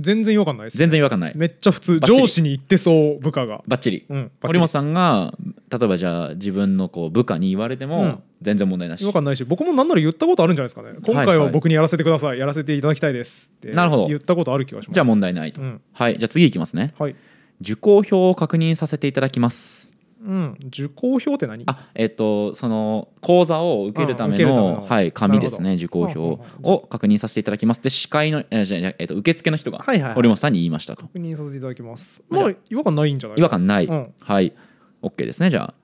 S2: 全然違和感ないです
S1: 全然違和感ない
S2: めっちゃ普通
S1: バッチリ
S2: 上司に言ってそう部下が
S1: バッチリ、
S2: うんバッチリ
S1: 堀本さんが例えばじゃあ自分のこう部下に言われても、
S2: うん
S1: 全然問題なし
S2: 違和感ないし僕もなんなら言ったことあるんじゃないですかね今
S1: は
S2: 回
S1: いは
S2: はい僕にやらせてください、やらせていただきたいですって
S1: なるほど
S2: 言ったことある気がします
S1: じゃあ問題ないと、
S2: うん
S1: はいじゃあ次いきますね
S2: はい
S1: 受講票を確認させていただきます
S2: うん、受講票って何
S1: あえっ、とその講座を受けるため
S2: うん受けるため
S1: の,、
S2: の
S1: はい、紙ですね
S2: な
S1: 受
S2: るほど
S1: 講票
S2: うんうん
S1: を確認させていただきますで司会のえーじゃあじゃあえっと受付の人が
S2: はいはいはい
S1: 堀本さんに言いましたと
S2: 確認させていただきます。
S1: じゃあ
S2: まあ、違和感ないんじゃない
S1: 違和感ない、
S2: うん
S1: はい OK ですねじゃあ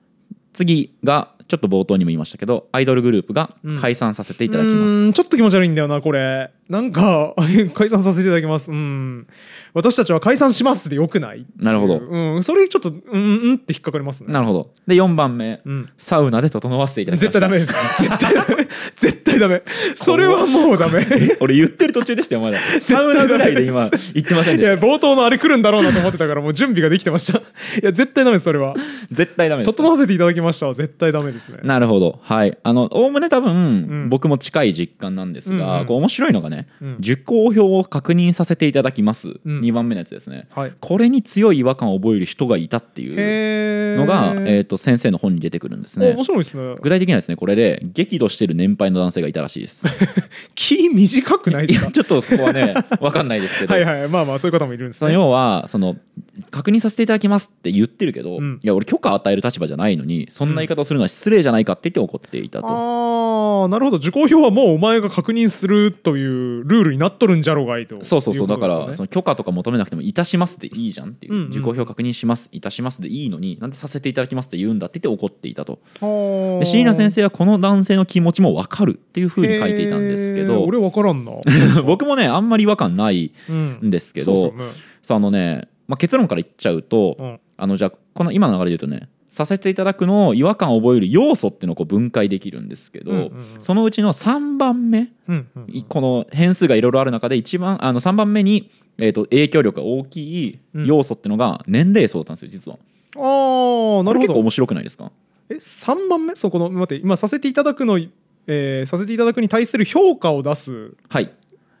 S1: 次がちょっと冒頭にも言いましたけどアイドルグループが解散させていただきます、
S2: うーんちょっと気持ち悪いんだよな、これ。なんか、 *laughs* 解散させていただきます。うん。私たちは解散しますでよくない
S1: なるほど
S2: うん、それちょっと、うん、うんって引っかかりますね。
S1: なるほどで4番目、
S2: うん。
S1: サウナで整わせていただきま
S2: 絶
S1: した
S2: 対ダメです。絶対ダメ。絶対ダメ。それはもうダメ。
S1: *laughs* 俺言ってる途中でした
S2: *laughs*
S1: よまだサウナぐらいで今言ってません
S2: い
S1: でし
S2: や、冒頭のあれ来るんだろうなと思ってたから、もう準備ができてました。いや、絶対ダメです、それは。
S1: た絶対ダメです
S2: 整わせていただきましたは絶対ダメですね。
S1: なるほどはいあのおおむね多分、
S2: ん
S1: 僕も近い実感なんですが、
S2: うんうん
S1: こう面白いのがね、
S2: うん
S1: 受講票を確認させていただきます、
S2: うん
S1: 2番目のやつですね、
S2: はい
S1: これに強い違和感を覚える人がいたっていう
S2: へー
S1: のが、えー、と先生の本に出てくるんです
S2: お
S1: ね
S2: 面白いですね。
S1: 具体的にはですねこれで激怒してる年配の男性がいたらしいです
S2: 気短 *laughs* くない
S1: い
S2: です
S1: や
S2: か
S1: ちょっとそこは
S2: *laughs*
S1: ね分かんないですけど
S2: はいはいまあまあそういう方もいるんです
S1: その
S2: ね
S1: 要はその確認させていただきますって言ってるけど、
S2: うん
S1: いや俺許可与える立場じゃないのにそんな言い方をするのは失礼じゃないかって言って怒っていたと、
S2: ああなるほど受講票はもうお前が確認するというルールになっとるんじゃろうがいと
S1: そうそうそう
S2: い
S1: だ
S2: こ
S1: か
S2: と
S1: ら
S2: です
S1: その
S2: ね
S1: 許可とか求めなくても「いたします」でいいじゃんっていう、
S2: うんうん
S1: 自己表確認します「いたします」でいいのになんでさせていただきますって言うんだって言って怒っていたと
S2: はー
S1: で椎名先生はこの男性の気持ちも分かるっていうふうに書いていたんですけ
S2: へー
S1: ど
S2: 俺分か
S1: *laughs*
S2: らんな、
S1: 僕もねあんまり違和感ない
S2: うん
S1: んですけど
S2: そうそうね
S1: そうあのね、まあ、結論から言っちゃうと、
S2: うん
S1: あのじゃあこの今の流れで言うとねさせていただくのを違和感を覚える要素っていうのをこう分解できるんですけど、
S2: うんうんうん
S1: そのうちの3番目、
S2: うんうんうん
S1: この変数がいろいろある中で一番あの3番目に、えー、と影響力が大きい要素っていうのが年齢層だったんですよ実は。
S2: あーな
S1: これ
S2: るほ
S1: 結構
S2: ど
S1: 面白くないですか
S2: え3番目そうこの待って今させていただくの、えーさせていただくに対する評価を出す
S1: はい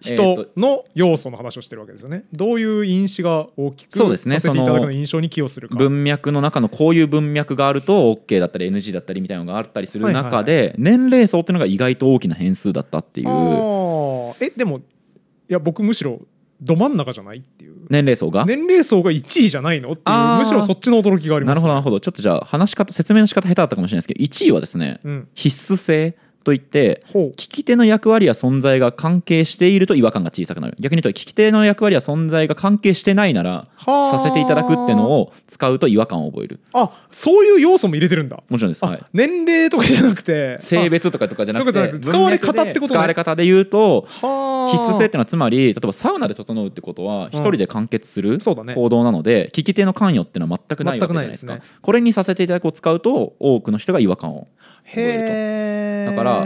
S1: えーと
S2: 人の要素の話をしてるわけですよね。どういう因子が大きく
S1: そうですね
S2: させていただく
S1: そ
S2: の
S1: の
S2: 印象に寄与するか。
S1: 文脈の中のこういう文脈があると OK だったり NG だったりみたいなのがあったりする中で、年齢層っていうのが意外と大きな変数だったってい
S2: あ
S1: う
S2: ーえでもいや僕むしろど真ん中じゃないっていう
S1: 年齢層が、
S2: 年齢層が1位じゃないのってい
S1: あ
S2: う
S1: ー
S2: むしろそっちの驚きがあり
S1: な
S2: ま
S1: る
S2: す、
S1: ほどなるほどちょっとじゃあ話し方説明の仕方下手だったかもしれないですけど1位はですね、
S2: うん
S1: 必須性といって
S2: ほう
S1: 聞き手の役割や存在が関係していると違和感が小さくなる逆に言うと聞き手の役割や存在が関係してないなら
S2: はー
S1: させていただくってのを使うと違和感を覚える
S2: あそういう要素も入れてるんだ、
S1: もちろんです、はい
S2: あ、年齢とかじゃなくて
S1: 性別とかとかじゃなくて
S2: とかじゃなくて使われ方ってこ
S1: 文脈
S2: とね
S1: で使われ方で言うと
S2: あはー
S1: 必須性っていうのはつまり例えばサウナで整うってことは一人で完結する
S2: そうだね
S1: 行動なので聞き手の関与っていうのは全くないわけじゃないですか
S2: 全くないで
S1: これにさせていただくを使うと多くの人が違和感を覚える
S2: へえ
S1: とだから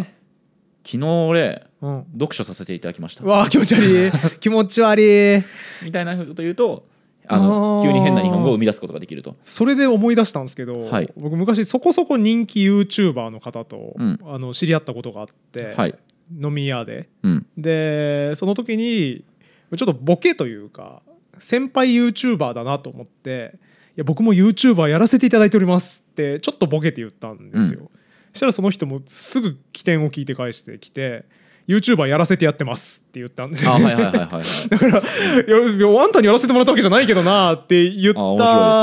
S1: 昨日俺
S2: うん
S1: 読書させていただきました
S2: うわー気持ち悪
S1: *laughs*
S2: い気持ち悪い
S1: みたいなこと言うとあの
S2: あー
S1: 急に変な日本語を生み出すことができると
S2: それで思い出したんですけど、
S1: はい
S2: 僕昔そこそこ人気 YouTuber の方と、
S1: うん
S2: あの知り合ったことがあって、
S1: はい
S2: 飲み屋で
S1: うん
S2: でその時にちょっとボケというか先輩 YouTuber だなと思って「いや僕も YouTuber やらせていただいております」ってちょっとボケて言ったんですよ、そしたらその人もすぐ起点を聞いて返してきて「YouTuber やらせてやってます」って言ったんです
S1: あ
S2: よ
S1: はいはいはいはい
S2: *laughs*
S1: はい
S2: だからいやいやあんたにやらせてもらったわけじゃないけどなって言った
S1: あ
S2: あ
S1: 面白いですね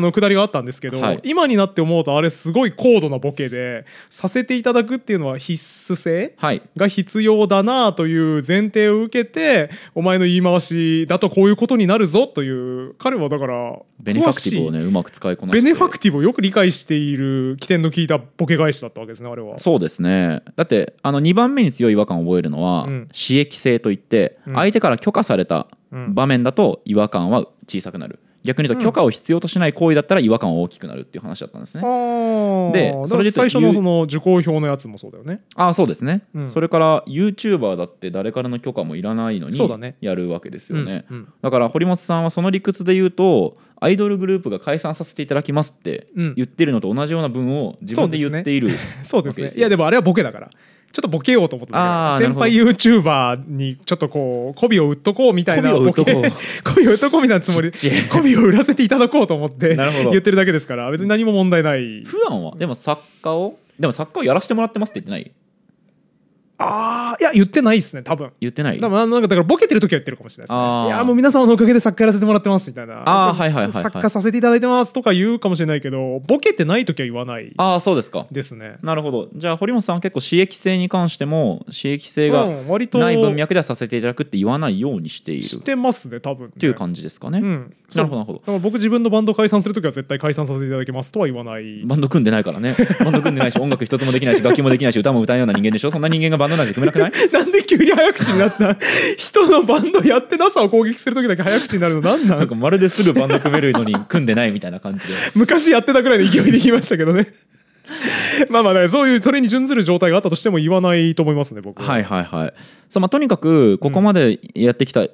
S2: のくだりがあったんですけど、
S1: はい
S2: 今になって思うとあれすごい高度なボケでさせていただくっていうのは必須性
S1: はい
S2: が必要だなという前提を受けてお前の言い回しだとこういうことになるぞという彼はだから
S1: ベネファクティブをねうまく使いこなして
S2: ベネファクティブをよく理解している起点の聞いたボケ返しだったわけですねあれは。
S1: そうですねだってあの2番目に強い違和感を覚えるのは、
S2: うん
S1: 刺激性といって、
S2: うん
S1: 相手から許可された
S2: うん
S1: 場面だと違和感は小さくなる逆に言うと許可を必要としない行為だったら違和感は大きくなるっていう話だったんですね、で
S2: で
S1: それで言
S2: 最
S1: うと
S2: 初のその受講表のやつもそうだよね。
S1: ああそうですね、
S2: うん
S1: それから YouTuber だって誰からの許可もいらないの
S2: そうだね
S1: にやるわけですよね
S2: うんうん
S1: だから堀本さんはその理屈で言うとアイドルグループが解散させていただきますって
S2: うん
S1: 言ってるのと同じような文を自分で言っている、
S2: そうです
S1: わ
S2: ね
S1: けです
S2: い
S1: よ
S2: やでもあれはボケだからちょっとボケようと思って
S1: あー
S2: 先輩 YouTuber にちょっとこう媚びを売っとこうみたいな
S1: 媚びを売
S2: ボ
S1: っと
S2: ケ *laughs*
S1: こう
S2: 媚びを売っとこうみたいなつもり
S1: ちっちゃい
S2: 媚びを売らせていただこうと思って
S1: なるほど
S2: 言ってるだけですから別に何も問題ない
S1: *laughs* 普段はでも作家をでも作家をやらせてもらってますって言ってない
S2: ああいや言ってないですね多分
S1: 言ってない
S2: だからなんかだからボケてる時は言ってるかもしれないです
S1: あ
S2: ね
S1: ー
S2: いやもう皆様のおかげで作家やらせてもらってますみたいな
S1: あーはいはいはいはい
S2: 作家させていただいてますとか言うかもしれないけどボケてない時は言わない
S1: ああそうですか
S2: ですね
S1: なるほどじゃあ堀本さんは結構刺激性に関しても刺激性が
S2: うん割と
S1: ない文脈ではさせていただくって言わないようにしている
S2: し
S1: って
S2: ますね多分ね
S1: ていう感じですかね、
S2: うん、
S1: なるほどなるほど
S2: だから僕自分のバンド解散するときは絶対解散させていただきますとは言わない。
S1: バンド組んでないからねバンド組んでないし音楽一つもできないし楽器もできないし歌も歌えないような人間でしょそんな人間がバンドなんて組めなくない
S2: なんで急に早口になった *laughs* 人のバンドやってなさを攻撃するときだけ早口になるのなんな
S1: *laughs* なんんかまるですぐバンド組めるのに組んでないみたいな感じで
S2: 昔やってたぐらいの勢いで言いましたけどね。 *laughs* まあまあ、だからそういう、それに準ずる状態があったとしても言わないと思いますね、僕は。
S1: はいはいはいそう、まあ、とにかくここまでやってきた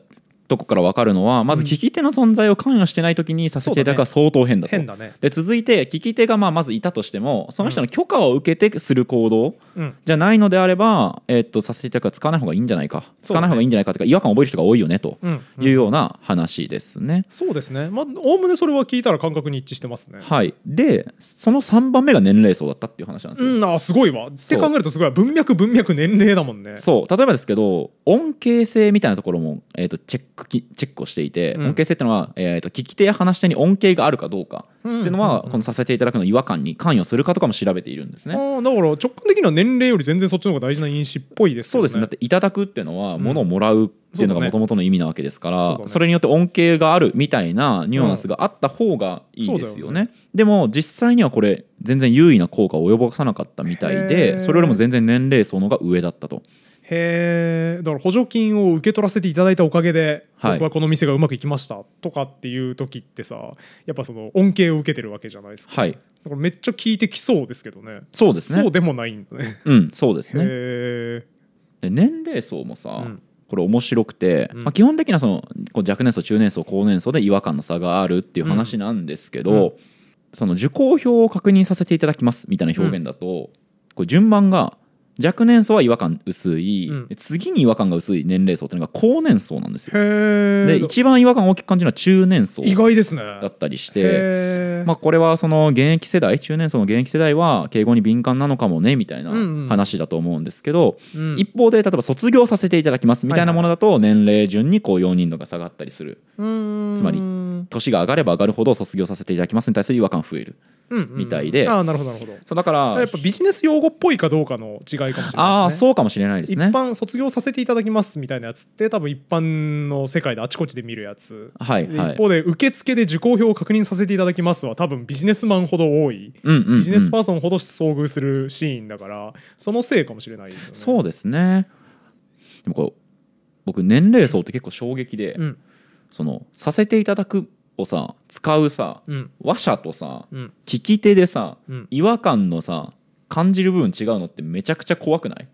S1: とこから分かるのは、まず聞き手の存在を関与してない時にさせていただくは相当変だと
S2: 変だね。
S1: で続いて聞き手がまあまずいたとしてもその人の許可を受けてする行動
S2: うん。
S1: じゃないのであれば、えっとさせていただくは使わない方がいいんじゃないか使わない方がいいんじゃないかというか違和感を覚える人が多いよねと
S2: うん
S1: いうような話ですね。
S2: そうですね。まあ、おおむねそれは聞いたら感覚に一致してますね。
S1: はい、でその3番目が年齢層だったっていう話なんですよ。
S2: うん、あーすごいわ。って
S1: そう
S2: 考えるとすごい。文脈、文脈、年齢だもんね。
S1: そう例えばですけど音形性みたいなところも、えー、とチェックきチェックをしていて、
S2: うん
S1: 音形性ってのは、えー、と聞き手や話し手に音形があるかどうかって
S2: うん
S1: いうのは、このさせていただくの違和感に関与するかとかも調べているんですね。
S2: あーだから直感的には年齢より全然そっちの方が大事な因子っぽいです
S1: そ
S2: よ
S1: う
S2: ね。
S1: ですねだっていただくっていうのは物をもらうっていうのが
S2: そうだね
S1: もともとの意味なわけですか
S2: そ
S1: ら
S2: う、だね
S1: それによって恩恵があるみたいなニュアンスがあった方がいいです
S2: そう
S1: よ
S2: だ
S1: ね,、でも実際にはこれ全然優位な効果を及ぼさなかったみたい
S2: へー
S1: でそれよりも全然年齢層の方が上だったと
S2: へえだから補助金を受け取らせていただいたおかげで、
S1: はい
S2: 僕はこの店がうまくいきましたとかっていう時ってさやっぱその恩恵を受けてるわけじゃないですか
S1: はい
S2: だからめっちゃ聞いてきそうですけどね
S1: そうです
S2: そう
S1: ね
S2: でもないんだね
S1: うんそうですね
S2: へえ
S1: で年齢層もさ、
S2: うん
S1: これ面白くて、
S2: うん
S1: まあ、基本的にはそのこう若年層中年層高年層で違和感の差があるっていう話なんですけど、
S2: うんう
S1: その受講表を確認させていただきますみたいな表現だと、こう順番が若年層は違和感薄い、
S2: うん
S1: で次に違和感が薄い年齢層っていうのが高年層なんですよ。
S2: へ
S1: で
S2: え
S1: 一番違和感を大きく感じるのは中年層
S2: 意外ですね
S1: だったりし
S2: へ
S1: て。
S2: え
S1: まあ、これはその現役世代中年層の現役世代は敬語に敏感なのかもねみたいな
S2: うんうん
S1: 話だと思うんですけど、
S2: うん
S1: 一方で例えば卒業させていただきますみたいなものだと年齢順にこう容認度が下がったりする
S2: うーん
S1: つまり
S2: うん
S1: 年が上がれば上がるほど卒業させていただきますに対する違和感増える
S2: うん
S1: みたいで
S2: ああなるほどなるほど
S1: そうだから
S2: やっぱビジネス用語っぽいかどうかの違いかもしれないですね
S1: ああそうかもしれないです
S2: 一
S1: ね
S2: 般卒業させていただきますみたいなやつって多分一般の世界であちこちで見るやつ、
S1: はい
S2: で
S1: は
S2: 一
S1: い
S2: 方で受付で受講表を確認させていただきますは多分ビジネスマンほど多い
S1: うんうんうん
S2: ビジネスパーソンほど遭遇するシーンだから、そのせいかもしれないですよね
S1: そうですねでもこう僕年齢層って結構衝撃で、
S2: うん
S1: その「させていただく」をさ使うさ
S2: うん
S1: 話者とさ
S2: うん
S1: 聞き手でさ
S2: うん
S1: 違和感のさ感じる部分違うのってめちゃくちゃ怖くない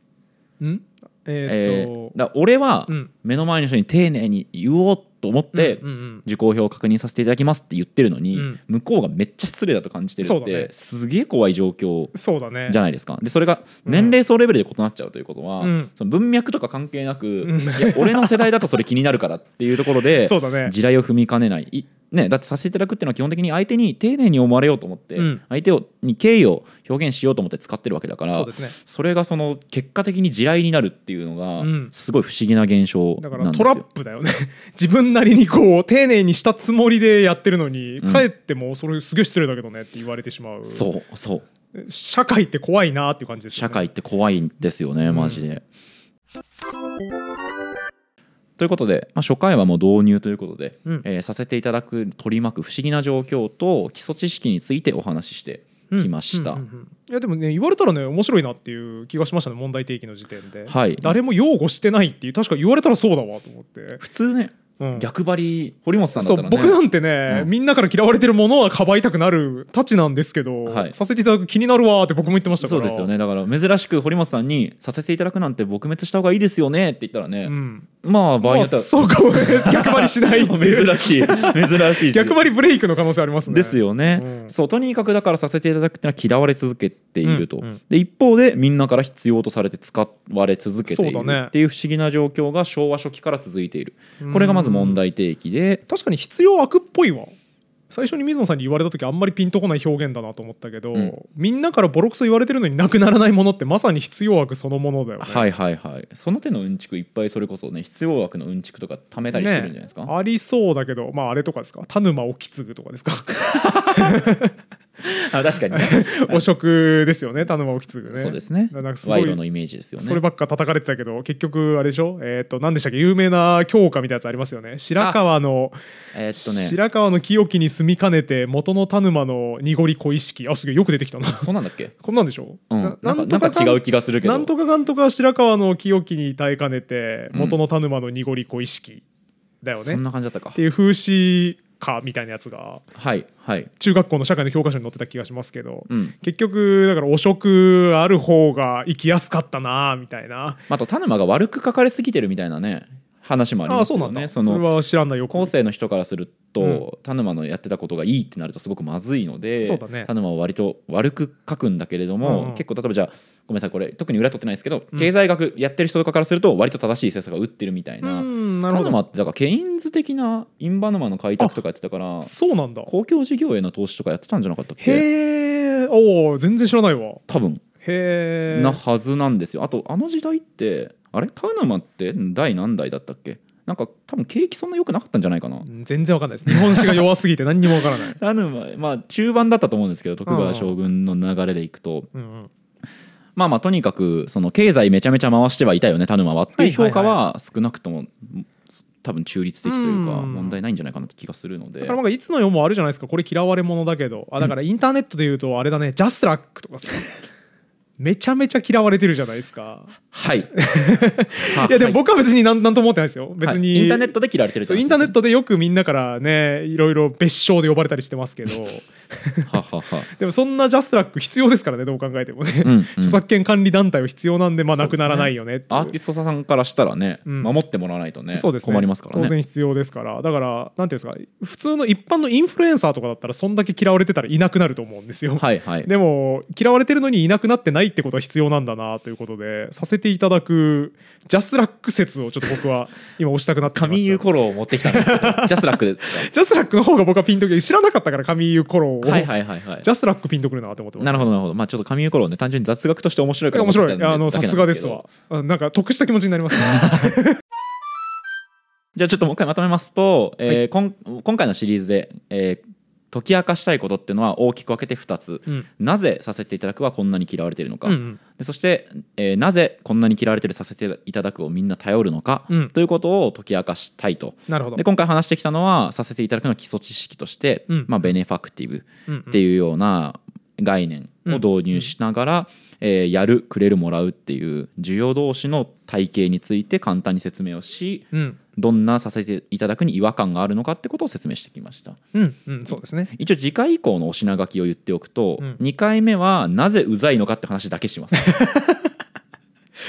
S2: うんえ
S1: え
S2: ーっ
S1: ー
S2: と、
S1: だから俺は
S2: うん
S1: 目の前の人に丁寧に言おうと思って
S2: うんうん
S1: 受講表を確認させていただきますって言ってるのに、
S2: うん
S1: 向こうがめっちゃ失礼だと感じてる
S2: そ
S1: っ
S2: うだ
S1: て、
S2: ね
S1: すげえ怖い状況
S2: そうだね
S1: じゃ
S2: ゃ
S1: ないですかでそれが
S2: うん
S1: 年齢層レベルで異なっちゃうということは、
S2: うん
S1: その文脈とか関係なく、
S2: ん
S1: いや俺の世代だとそれ気になるからっていうところで
S2: *laughs* そうだね
S1: 地雷を踏みかねないいね、だってさせていただくっていうのは基本的に相手に丁寧に思われようと思って、
S2: うん
S1: 相手をに敬意を表現しようと思って使ってるわけだから
S2: そうですね
S1: それがその結果的に地雷になるっていうの
S2: う
S1: が
S2: ん
S1: すごい不思議な現象
S2: だか
S1: な
S2: ら
S1: んです
S2: ト
S1: よ。
S2: ラップだよね *laughs* 自分なりにこう丁寧にしたつもりでやってるのに、
S1: うん
S2: かえってもうそれすげえ失礼だけどねって言われてしまう
S1: そうそう
S2: 社会って怖いなっていう感じですよね
S1: 社会って怖いんですよねマジで。ということで、まあ、初回はもう導入ということで、
S2: うん
S1: えーさせていただく取り巻く不思議な状況と基礎知識についてお話ししてきました。
S2: うんうんうんいやでもね言われたらね面白いなっていう気がしましたね問題提起の時点で、
S1: はい
S2: 誰も擁護してないっていう確か言われたらそうだわと思って、
S1: 普通ね、
S2: うん
S1: 逆張り堀本さんだ
S2: そ
S1: っ
S2: う
S1: たらね
S2: 僕なんてね、
S1: うん
S2: みんなから嫌われてるものはかばいたくなるたちなんですけど、
S1: はい
S2: させていただく気になるわーって僕も言ってましたか
S1: そ
S2: ら
S1: うですよねだから珍しく堀本さんに「させていただくなんて撲滅した方がいいですよね」って言ったらね、
S2: うん
S1: まあ場合に
S2: ま
S1: よ
S2: あ
S1: っては
S2: そうかもね逆張りしないってい
S1: *laughs*
S2: う
S1: 珍しい珍しいし
S2: 逆張りブレイクの可能性ありますね
S1: ですよね、
S2: うん
S1: そうとにかくだからさせていただくっていうのは嫌われ続けていると、
S2: うんうん
S1: で一方でみんなから必要とされて使われ続けている
S2: そうだね
S1: っていう不思議な状況が昭和初期から続いている
S2: うん
S1: これがまず問題提起で、
S2: 確かに必要悪っぽいわ最初に水野さんに言われた時あんまりピンとこない表現だなと思ったけど、
S1: うん
S2: みんなからボロクソ言われてるのになくならないものってまさに必要悪そのものだよね。
S1: はいはいはいその手のうんちくいっぱいそれこそね必要悪のうんちくとか貯めたりしてるんじゃないですか、
S2: ねありそうだけどまああれとかですか田沼意次とか
S1: *laughs*
S2: ですか
S1: あ確かにね、
S2: 汚職ですよね田沼意次ね。
S1: そうですね
S2: だからなんかすご
S1: 賄
S2: い
S1: 賂のイメージですよね
S2: そればっか叩かれてたけど結局あれでしょえーっ、と何でしたっけ有名な教科みたいなやつありますよね白川の、
S1: えーっとね
S2: 白川の清きに住みかねて元の田沼の濁り小意識あすげえよく出てき
S1: *laughs*
S2: たな
S1: そうなんだっけ
S2: こんなんでしょ、
S1: うんなんかなんか違う気がするけど
S2: なんとかかんとか白川の清きに耐えかねて
S1: うん
S2: 元の田沼の濁り小意識だよね、
S1: そん
S2: っ
S1: な感じだったか
S2: ていう風刺歌みたいなやつが
S1: はいはい
S2: 中学校の社会の教科書に載ってた気がしますけど、
S1: うん
S2: 結局だから汚職ある方が生きやすかったなみたいな
S1: あと田沼が悪く書かれすぎてるみたいなね話もありますよね
S2: そ
S1: の
S2: れは知らないよ
S1: 後世の人からすると、田沼のやってたことがいいってなるとすごくまずいので、
S2: そうだね
S1: 田沼は割と悪く書くんだけれども、
S2: うんうん
S1: 結構例えばじゃあごめんなさいこれ特に裏取ってないですけど、経済学やってる人とかからすると割と正しい政策が打ってるみたいうな。
S2: んな
S1: 田
S2: るほ
S1: 沼
S2: ど
S1: ってだからケインズ的なインバヌマの開拓とかやってたから
S2: そうなんだ
S1: 公共事業への投資とかやってたんじゃなかったっけ
S2: へえおお全然知らないわ
S1: 多分
S2: へえ
S1: なはずなんですよあとあの時代ってあれ田沼って第何代だったっけなんか多分景気そんな良くなかったんじゃないかな
S2: 全然わかんないです日本史が弱すぎて何にもわからない、
S1: あのまあまあ中盤だったと思うんですけど徳
S2: うん
S1: 川将軍の流れでいくと、
S2: うんうん
S1: まあまあとにかくその経済めちゃめちゃ回してはいたよね田沼はっていう
S2: はいはいは
S1: 評
S2: い
S1: 価は少なくとも多分中立的というか
S2: うん
S1: 問題ないんじゃないかなって気がするので
S2: だからなんかいつの世もあるじゃないですかこれ嫌われ者だけどあだからインターネットで言うとあれだね、ジャスラックとかさめちゃめちゃ嫌われてるじゃないですか。
S1: はい *laughs*
S2: いやでも
S1: 僕
S2: 僕は別になんなんとも思ってないですよ。別に、
S1: インターネットで嫌われてる
S2: そうインターネッ
S1: ト
S2: トでよくみんなからねいろいろ別称で呼ばれたりしてます
S1: *laughs*
S2: けど
S1: ははは
S2: でもそんなジャスラック必要ですからねどう考えてもね、
S1: うんうん
S2: 著作権管理団体は必要なんでまあ
S1: そう
S2: な
S1: です
S2: く
S1: ね
S2: ならないよねっていう
S1: アーティストさんからしたらね、
S2: うん
S1: 守ってもらわないとね
S2: そうですね
S1: 困りますから
S2: 当
S1: ね
S2: 然必要ですからだからなんていうんですか普通の一般のインフルエンサーとかだったらそんだけ嫌われてたらいなくなると思うんですよ、
S1: はいはい
S2: *laughs* でも嫌われてるのにいなくなってないってことは必要なんだなということでさせていただくジャスラック説をちょっと僕は今押したくなってきま
S1: 神
S2: し
S1: ユ
S2: た
S1: ーコロを持ってきたんですけど *laughs* ジャスラックですか
S2: ジャスラックの方が僕はピンとくる知らなかったから神湯コロを、
S1: はいはいはいはい
S2: ジャスラックピンとくるなと思ってます
S1: なるほどなるほどまあちょっと神ユーコロをね単純に雑学として面白いから
S2: 面白い
S1: 持ってきた
S2: あ
S1: ん
S2: の
S1: だ
S2: さ
S1: け
S2: す
S1: な
S2: が
S1: ん
S2: です
S1: けど
S2: わうんなんか得した気持ちになりますね
S1: *laughs* じゃあちょっともう一回まとめますと、えーこん今回のシリーズで、えー解き明かしたいことっていうのは大きく分けて2つ、
S2: うん
S1: なぜさせていただくはこんなに嫌われているのか、
S2: うんうん
S1: でそして、えーなぜこんなに嫌われてるさせていただくをみんな頼るのか、
S2: うん
S1: ということを解き明かしたいと
S2: なるほど
S1: で今回話してきたのはさせていただくの基礎知識として、
S2: うん
S1: まあ、ベネファクティブ
S2: うん
S1: っていうような概念を導入しながら、えーやるくれるもらうっていう需要同士の体系について簡単に説明をし
S2: うん
S1: どんなさせていただくに違和感があるのかってことを説明してきました
S2: うんうんそうですね
S1: *laughs* 一応次回以降のお品書きを言っておくと、
S2: うん
S1: 2回目はなぜうざいのかって話だけします
S2: *laughs*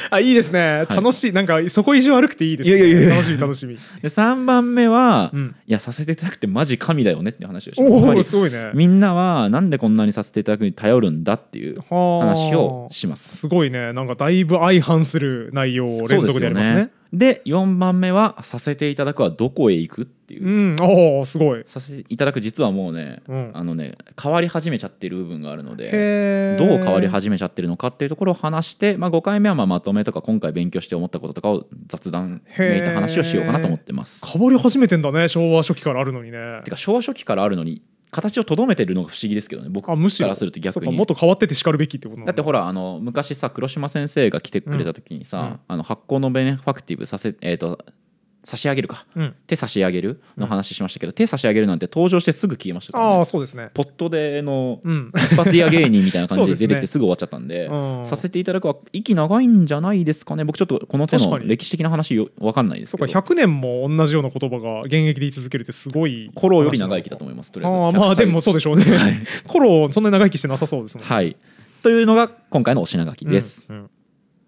S2: あいいですね
S1: い
S2: 楽しいなんかそこ以上悪くていいです
S1: いやいやいや
S2: ね楽しみ楽しみ
S1: で3番目は、
S2: うん
S1: いやさせていただくってマジ神だよねって話をしますつ
S2: お
S1: まり
S2: おすごいね
S1: みんなはなんでこんなにさせていただくに頼るんだっていう話
S2: 話
S1: をします
S2: すごいねなんかだいぶ相反する内容を連続でやりますね
S1: そうですよねで4番目は「させていただくはどこへ行く?」っていう、
S2: うんおおすごい
S1: させていただく実はもうね、
S2: うん
S1: あのね変わり始めちゃってる部分があるので
S2: へー
S1: どう変わり始めちゃってるのかっていうところを話して、まあ、5回目はまあまとめとか今回勉強して思ったこととかを雑談めいた話をしようかなと思ってます。
S2: 変わり始めてんだね昭和初期からあるのにね
S1: てか昭和初期からあるのに形をとどめてるのが不思議ですけどね僕か
S2: あむしろ
S1: らすると逆
S2: そうか
S1: に
S2: もっと変わっててしかるべきってことなん
S1: だってほらあの昔さ黒島先生が来てくれた時にさ、
S2: うんうん
S1: あの発行のベネファクティブさせ、えー、と差し上げるか、
S2: うん
S1: 手差し上げるの話しましたけど、手差し上げるなんて登場してすぐ消えましたから、ね
S2: ああそうですね
S1: ポットでの
S2: うん
S1: 一発屋芸人みたいな感じ
S2: そう
S1: で
S2: ですね
S1: 出てきてすぐ終わっちゃったんで、
S2: うん
S1: させていただくは息長いんじゃないですかね僕ちょっとこの手
S2: 確
S1: の
S2: かに
S1: 歴史的な話よ分かんないです
S2: そう
S1: け
S2: か
S1: ど
S2: 100年も同じような言葉が現役で言い続けるってすごい
S1: コロより長生きだと
S2: 思
S1: 思いますとりあえず
S2: ああーまあ
S1: 100歳
S2: でもそうでしょうね、コロそんなに長生きしてなさそうですもんね
S1: はいというのが今回のお品書きです、
S2: うんうん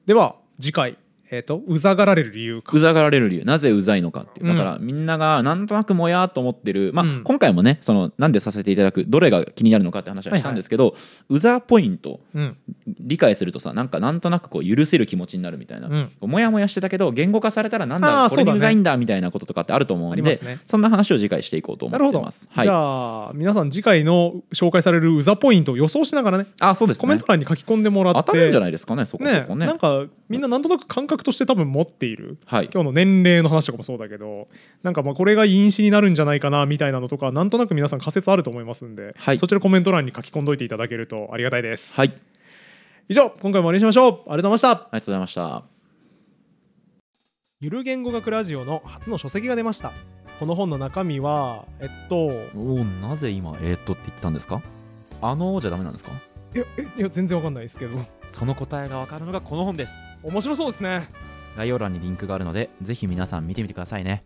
S2: では次回えっ、とうざがられる理由か
S1: うざがられる理由なぜうざいのかっていう
S2: う
S1: だ
S2: ん
S1: からみんながなんとなくもやーっと思ってる、まあ
S2: うん
S1: 今回もねそのなんでさせていただくどれが気になるのかって話はしたんですけど、うざポイント
S2: うん
S1: 理解するとさなんかなんとなくこう許せる気持ちになるみたいな、
S2: うん
S1: もやもやしてたけど言語化されたらなん
S2: あ
S1: だ
S2: ー
S1: これ
S2: そう
S1: に
S2: だね
S1: うざいんだみたいなこととかってあると思うん
S2: ありま
S1: です
S2: ね
S1: そんな話を次回していこうと思
S2: なる
S1: っ
S2: ほ
S1: て
S2: ど、
S1: ます。はい、
S2: じ
S1: あ
S2: ゃあ皆さん次回の紹介されるうざポイントを予想しながらね
S1: ーそうですね
S2: コメント欄に書き込んでもらって
S1: 当たるんじゃないですかねそこそこね
S2: なんかみんななんとなく感覚として多分持っている、
S1: はい
S2: 今日の年齢の話とかもそうだけどなんかまあこれが因子になるんじゃないかなみたいなのとかなんとなく皆さん仮説あると思いますんで、
S1: はい
S2: そちらコメント欄に書き込んどいていただけるとありがたいです、
S1: はいありが
S2: 以上今回も終わりにしましょうありがとうございました
S1: とうございました。
S2: ゆる言語学ラジオの初の書籍が出ましたこの本の中身はえっと
S1: おおなぜ今えー、っとって言ったんですかあのーじゃダメなんですか
S2: いやえいや全然わかんないですけど
S1: その答えがわかるのがこの本です
S2: 面白そうですね
S1: 概要欄にリンクがあるのでぜひ皆さん見てみてくださいね